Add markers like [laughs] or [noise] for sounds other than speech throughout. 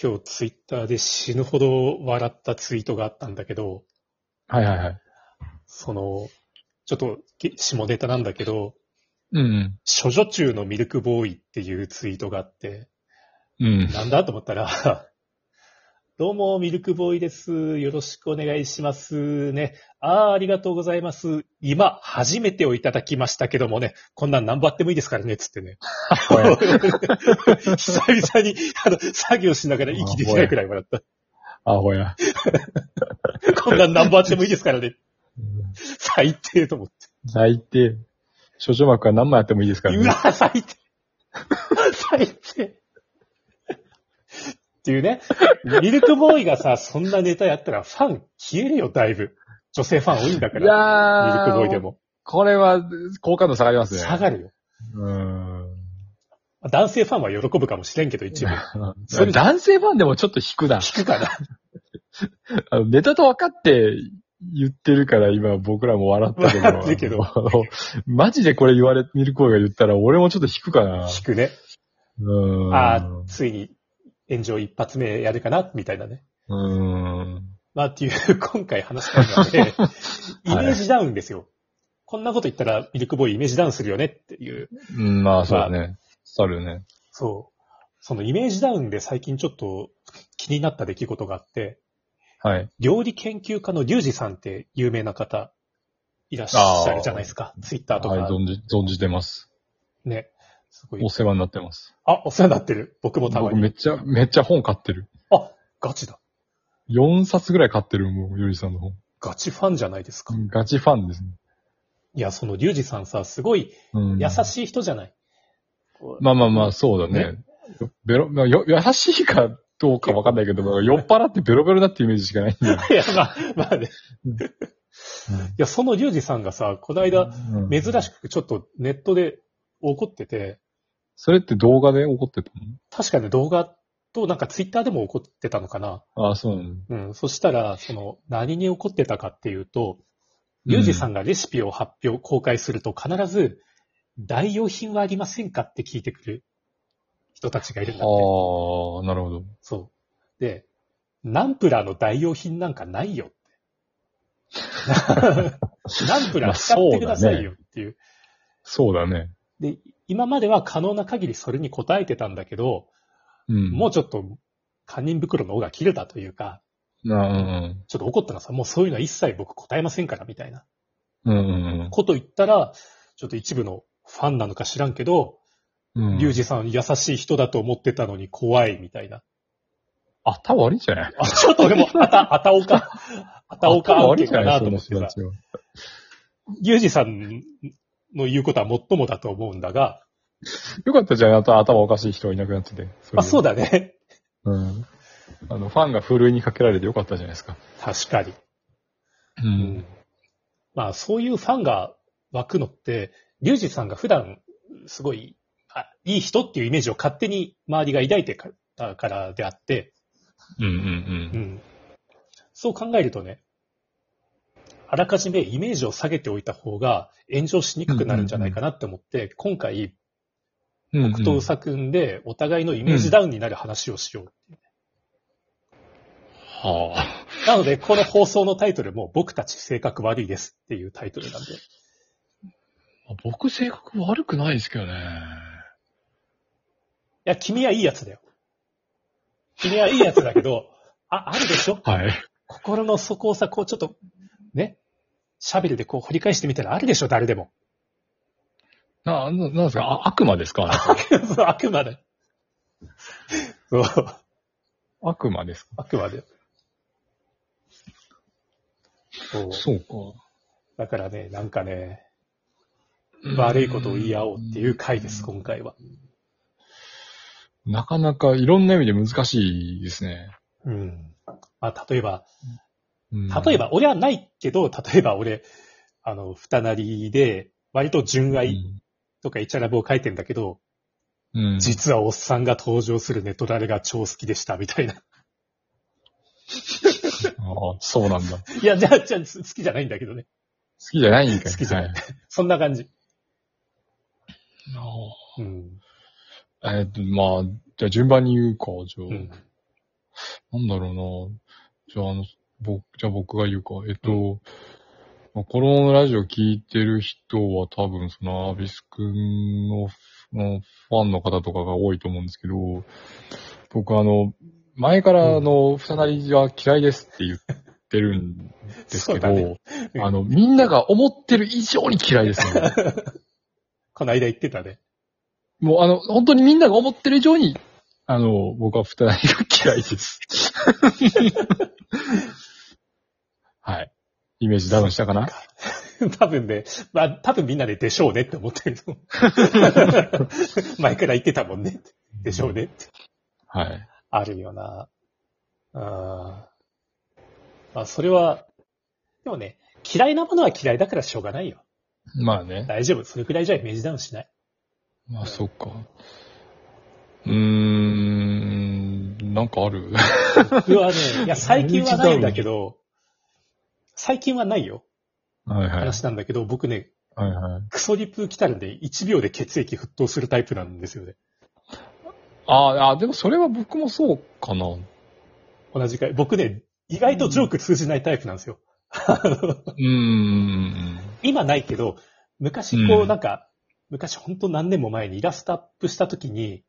今日ツイッターで死ぬほど笑ったツイートがあったんだけど、はいはいはい。その、ちょっとげ下ネタなんだけど、うん処女中のミルクボーイっていうツイートがあって、うん。うん。なんだと思ったら、 [laughs] どうも、ミルクボーイです。よろしくお願いします。ね。ああ、ありがとうございます。今、初めてをいただきましたけどもね、こんなん何張ってもいいですからね、つってね。怖い [laughs] 久々に、あの、作業しながら息できないくらい笑った。アホや。こんなん何番でもいいですからね。最低と思って。最低。処女膜は何枚あってもいいですからうね。わ、最低。 [laughs] 最低。っていうね。ミルクボーイがさ、そんなネタやったらファン消えるよ、だいぶ。女性ファン多いんだかいら。ミルやクボーイでー、も。これは好感度下がりますね。下がるよ。うーん。男性ファンは喜ぶかもしれんけど、一部。それ男性ファンでもちょっと引くな。聞くかな。 [laughs] あのネタと分かって言ってるから今僕らも笑ったけど。笑ってるけどあのマジでこれ言われ、ミルクボーイが言ったら俺もちょっと引くかな。聞くね。うーん。ああ、ついに炎上一発目やるかな、みたいなね。うーん。まあっていう、今回話したい [laughs] のはね、イメージダウンですよ。こんなこと言ったらミルクボーイイメージダウンするよねっていう。うん、まあそうだね。あるよね。そう。そのイメージダウンで最近ちょっと気になった出来事があって、はい。料理研究家のリュウジさんって有名な方いらっしゃるじゃないですか。ツイッターとか。はい、存じ、存じてます。ね。すごいお。世話になってます。あ、お世話になってる。僕もたま僕めに。っちゃ、めっちゃ本買ってる。あ、ガチだ。 4冊ぐらい買ってる、もう、よりさんの本。ガチファンじゃないですか。ガチファンですね。いや、そのリュウジさんさ、すごいうん。優しい人じゃない。こうまあまあまあ、そうだね。ベロ、まあ、よ、優しいかどうかわかんないけど、まあ酔っ払ってベロベロだってイメージしかないんだよ。 [laughs] いや、まあ、まあね。いや、そのリュウジさんがさ、こないだ、うん珍しくちょっとネットで怒ってて、それって動画で怒ってた確かね、動画となんかツイッターでも怒ってたのかな。のああ、そうなのうん。そしたら、その、何に怒ってたかっていうと、リュウジさんがレシピを発表、公開すると必ず、代用品はありませんかって聞いてくる人たちがいるんだって。ああ、なるほど。そう。で、ナンプラーの代用品なんかない [laughs] よって。ナンプラー使ってくださいよっていう。そうだね。で、今までは可能な限りそれに応えてたんだけど、うん。もうちょっと、堪忍袋の尾が切れたというか、なちょっと怒ったのはさ、もうそういうのは一切僕答えませんから、みたいなうんうん。うんこと言ったら、ちょっと一部のファンなのか知らんけど、うんうん。リュウジさん優しい人だと思ってたのに怖い、みたいな。頭悪いんじゃないあ、 [laughs] ちょっと俺も、あた、あたお [laughs] か、あたおか頭案悪いん件じゃかないなそと思のって人さた。ちは。リュウジさんの言うことはもっともだと思うんだが、よかったじゃん、あと頭おかしい人がいなくなってて。まあそうだ。だね。 [laughs] うん。あの、ファンがふるいにかけられてよかったじゃないですか。確かに。うう。まあそういうファンが湧くのって、リュウジさんが普段すごいあいい人っていうイメージを勝手に周りが抱いてたからであって、うんうんう。うんん、そう考えるとね、あらかじめイメージを下げておいた方が炎上しにくくなるんじゃないかなって思って、今回、うんうん僕とうさくんでお互いのイメージダウンになる話をしよう。はあ。なので、この放送のタイトルも、僕たち性格悪いですっていうタイトルなんで。僕性格悪くないですけどね。いや、君はいいやつだよ。君はいいやつだけど、あ、あるでしょはい。心の底をさ、こうちょっと、ね、シャベルでこう掘り返してみたらあるでしょ誰でも。 [laughs] な、ななんですかあ悪魔ですかあそう悪魔だよ。そう、なた [laughs] 悪魔ですか悪魔だよ。そう。そうか。だからね、なんかね、悪いことを言い合おうっていう回です、うん今回は。なかなかいろんな意味で難しいですね。うん。まあ、例えば、うん例え。ば、俺はないけど、例えば俺、あの、二なりで、割と純愛とかイチャラブを書いてんだけど、うん。うん。実はおっさんが登場するネトラレが超好きでした、みたい [laughs] な。ああそうなんだ。好いや、じゃあ、じゃあ、す好きじゃないんだけどね。きじゃないんかい好きじゃないはいそんな感じ。ああうん。えっと、まあ、じゃあ順番に言うか、じゃあ。うん。なんだろうな。じゃあ、あの、僕、じゃあ僕が言うか。えっと、まあこのラジオ聞いてる人は多分、その、アビス君ののファンの方とかが多いと思うんですけど、僕あの、前からあの、ふさなりは嫌いですって言ってるんです [laughs] そけうど、だね。あの、みんなが思ってる以上に嫌いですね。この間言ってたね。もうあの、本当にみんなが思ってる以上に、あの、僕は二人が嫌いです。 [laughs] はい。イメージダウンしたかな [laughs] 多分ね、まあ、多分みんなででしょうねって思ってると思う [laughs] 前から言ってたもんね。でしょう。ねって。はい。あるよな。うん。まあ、それは、でもね、嫌いなものは嫌いだからしょうがないよ。まあね。大丈夫。それくらいじゃイメージダウンしない。まあ、そっか。うーん、なんかある僕 [laughs] はね、いや、最近はないんだけど、最近はないよ。はいはい。話なんだけど、僕ね、はいはい。クソリプ来たるんで、1秒で血液沸騰するタイプなんですよね。あーあー、でもそれは僕もそうかな。同じ回。僕ね、意外とジョーク通じないタイプなんですよ。うーん。今ないけど、昔こううんなんか、昔ほんと何年も前にイラストアップした時に、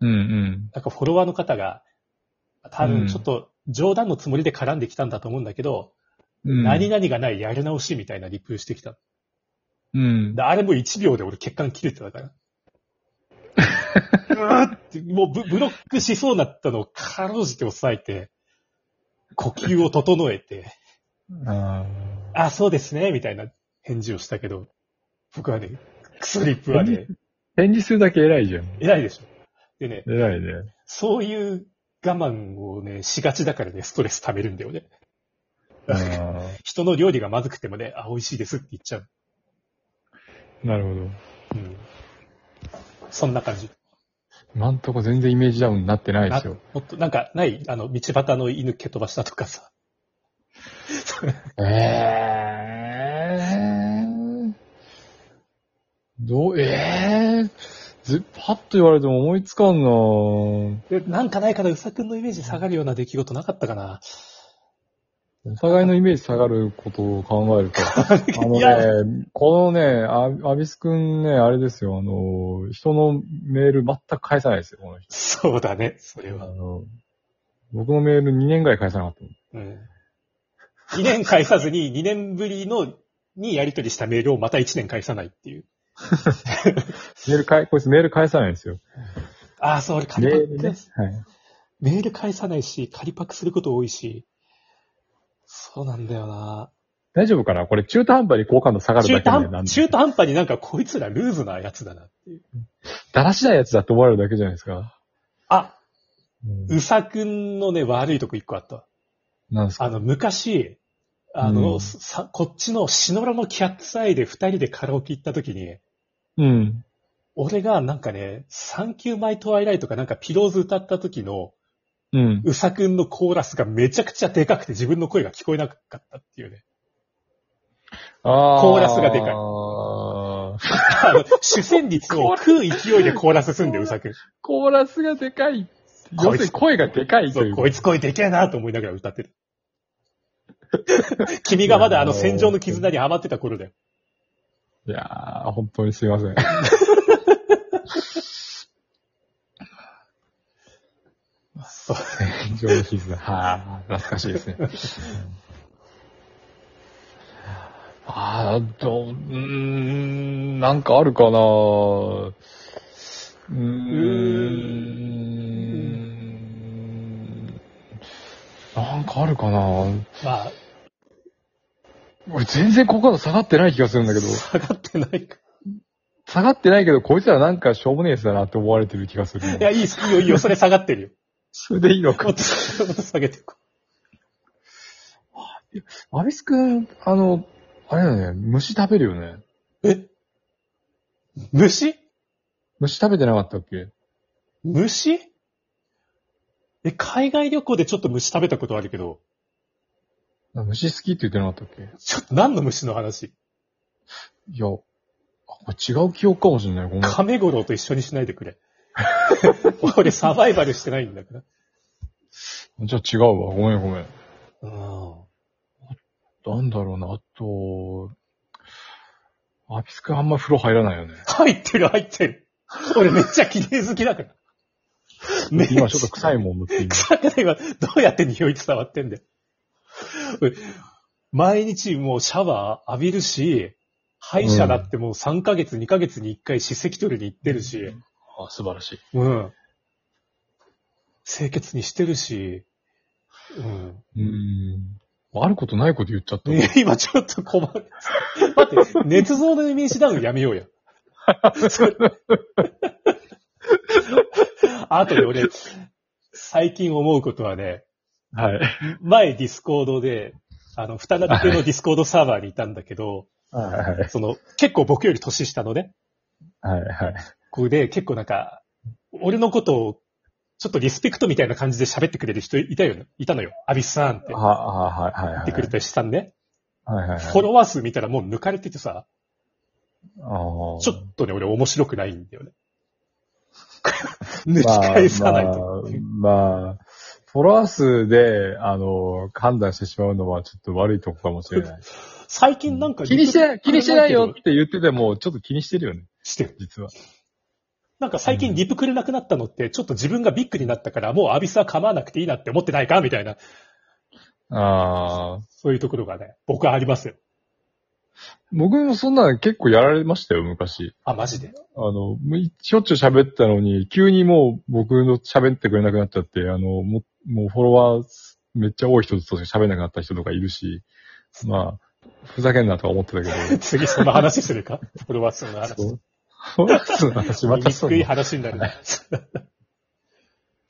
うんうん。なんかフォロワーの方が、多分ちょっと冗談のつもりで絡んできたんだと思うんだけど、うん、何々がないやり直しみたいなリプしてきた。うんで。あれも1秒で俺血管切れてた [laughs] から。うーってもうブブロックしそうになったのをかろうじて抑えて、呼吸を整えて、ああ、そうですね、みたいな返事をしたけど、僕はね、クソリップはね、ー返事するだけ偉いじゃん。偉いでしょ。でね、偉いね。そういう我慢をね、しがちだからね、ストレス溜めるんだよね。あー人の料理がまずくてもね、あ、美味しいですって言っちゃう。なるほど。うん。そんな感じ。今んとこ全然イメージダウンになってないでなすよ。もっと、なんか、ないあの、道端の犬蹴飛ばしたとかさ。えー。どう、えー。ず、パッと言われても思いつかんなぁでなんかないから、うさくんのイメージ下がるような出来事なかったかな。お互いのイメージ下がることを考えると。あいや、のね、このね、あアビスくんね、あれですよ、あの、人のメール全く返さないですよ、この人。そうだね、それあは。の僕のメール2年ぐらい返さなかったもん。うん。2年返さずに、2年ぶりの、にやり取りしたメールをまた1年返さないっていう。メール返、こいつメール返さないんですよ。ああ、そう、俺、カリメパールクねで。はい。メール返さないし、仮パクすること多いし。そうなんだよな。大丈夫かなこれ中途半端に好感度下がる中だ途けで、な半んで中途半端になんかこいつらルーズなやつだなっていう。だらしないやつだって思われるだけじゃないですか。あ、うんうさくんのね、悪いとこ一個あったわ。なんですかあの、昔、あの、うんさ、こっちのシノラのキャッツアイで二人でカラオケ行った時に、うん。俺がなんかね、サンキューマイトワイライトかなんかピローズ歌った時の、うん。うさくんのコーラスがめちゃくちゃでかくて自分の声が聞こえなかったっていうね。あコーラスがでかいい。あの、主戦率を食う勢いでコーラスすんで、うさくん。コーラスがでかい。こ要いつするに声がでかいとそ、いうう。こいつ声でけえなと思いながら歌ってる。 [laughs] 君がまだあの戦場の絆にハマってた頃だよ。いやー、本当にすいません。そう [laughs] 上の傷だ。はー、懐かしいですね。うん [laughs] あー、どう、うーん、なんかあるかなうーん。なんかあるかなまあ、俺全然好感度下がってない気がするんだけど、下がってないか。下がってないけど、こいつらなんかしょうもねえやつだなって思われてる気がする。いや、いいっす、いいよ、いいよ、それ下がってるよ。それでいいのかもっ。と下げていこアビス君、あの、あれだよね、虫食べるよね。う。え虫虫食べてなかったっけ虫え、海外旅行でちょっと虫食べたことあるけど、虫好きって言ってなかったっけちょっと何の虫の話いや、あこれ違う記憶かもしれない。ごめん。カメゴ [laughs] ロウと一緒にしないでくれ。俺サバイバルしてないんだから。じゃあ違うわ。ごめんごめん。うん。なんだろうな。あと、アビス君あんま風呂入らないよね。入ってる、入ってる。俺めっちゃ綺麗好きだから。めっちゃ今ちょっと臭いもん塗って今。臭くないわ。どうやって匂い伝わってんだよ。俺毎日もうシャワー浴びるし、歯医者だってもう3ヶ月、2ヶ月に1回歯石取りに行ってるし、あ、素晴らしい。うん。清潔にしてるし、うん。うん。あることないこと言っちゃった。ね、今ちょっと困る。 [laughs] 待って、捏造のイメージダウンやめよ [laughs] うや。それあとで俺、最近思うことはね、はい。前ディスコードで、あの、二中系のディスコードサーバーにいたんだけど、はいはい。その、結構僕より年下のね、はいはい。子で結構なんか、俺のことを、ちょっとリスペクトみたいな感じで喋ってくれる人いたよね、いたのよ。アビスさんってあ、あ、はいはいはい。言ってくれたしさんね。はいはいはい。フォロワー数見たらもう抜かれててさ、あちあょっとね、俺面白くないんだよね。 [laughs] 抜き返さないと。まあ、まあフォロワー数で、あの、判断してしまうのはちょっと悪いとこかもし [laughs] れない。最近なんか気にしてない、気にしてないよって言ってても、ちょっと気にしてるよね、してる。実は。なんか最近リプくれなくなったのって、ちょっと自分がビッグになったから、もうアビスは構わなくていいなって思ってないかみたいな、ああ。そういうところがね、僕はありますよ。僕もそんなの結構やられましたよ、昔。あ、マ [laughs] ジで。あの、もうしょっちゅう喋ってたのに、急にもう僕の喋ってくれなくなっちゃって、あの、もう、もうフォロワーめっちゃ多い人としか喋れなくなった人とかいるし、まあ、ふざけんなとか思ってたけど、 [laughs] 次その話するかフォロワー数の話。そう。そうなんです、私また醜 [laughs] そうい話になるね。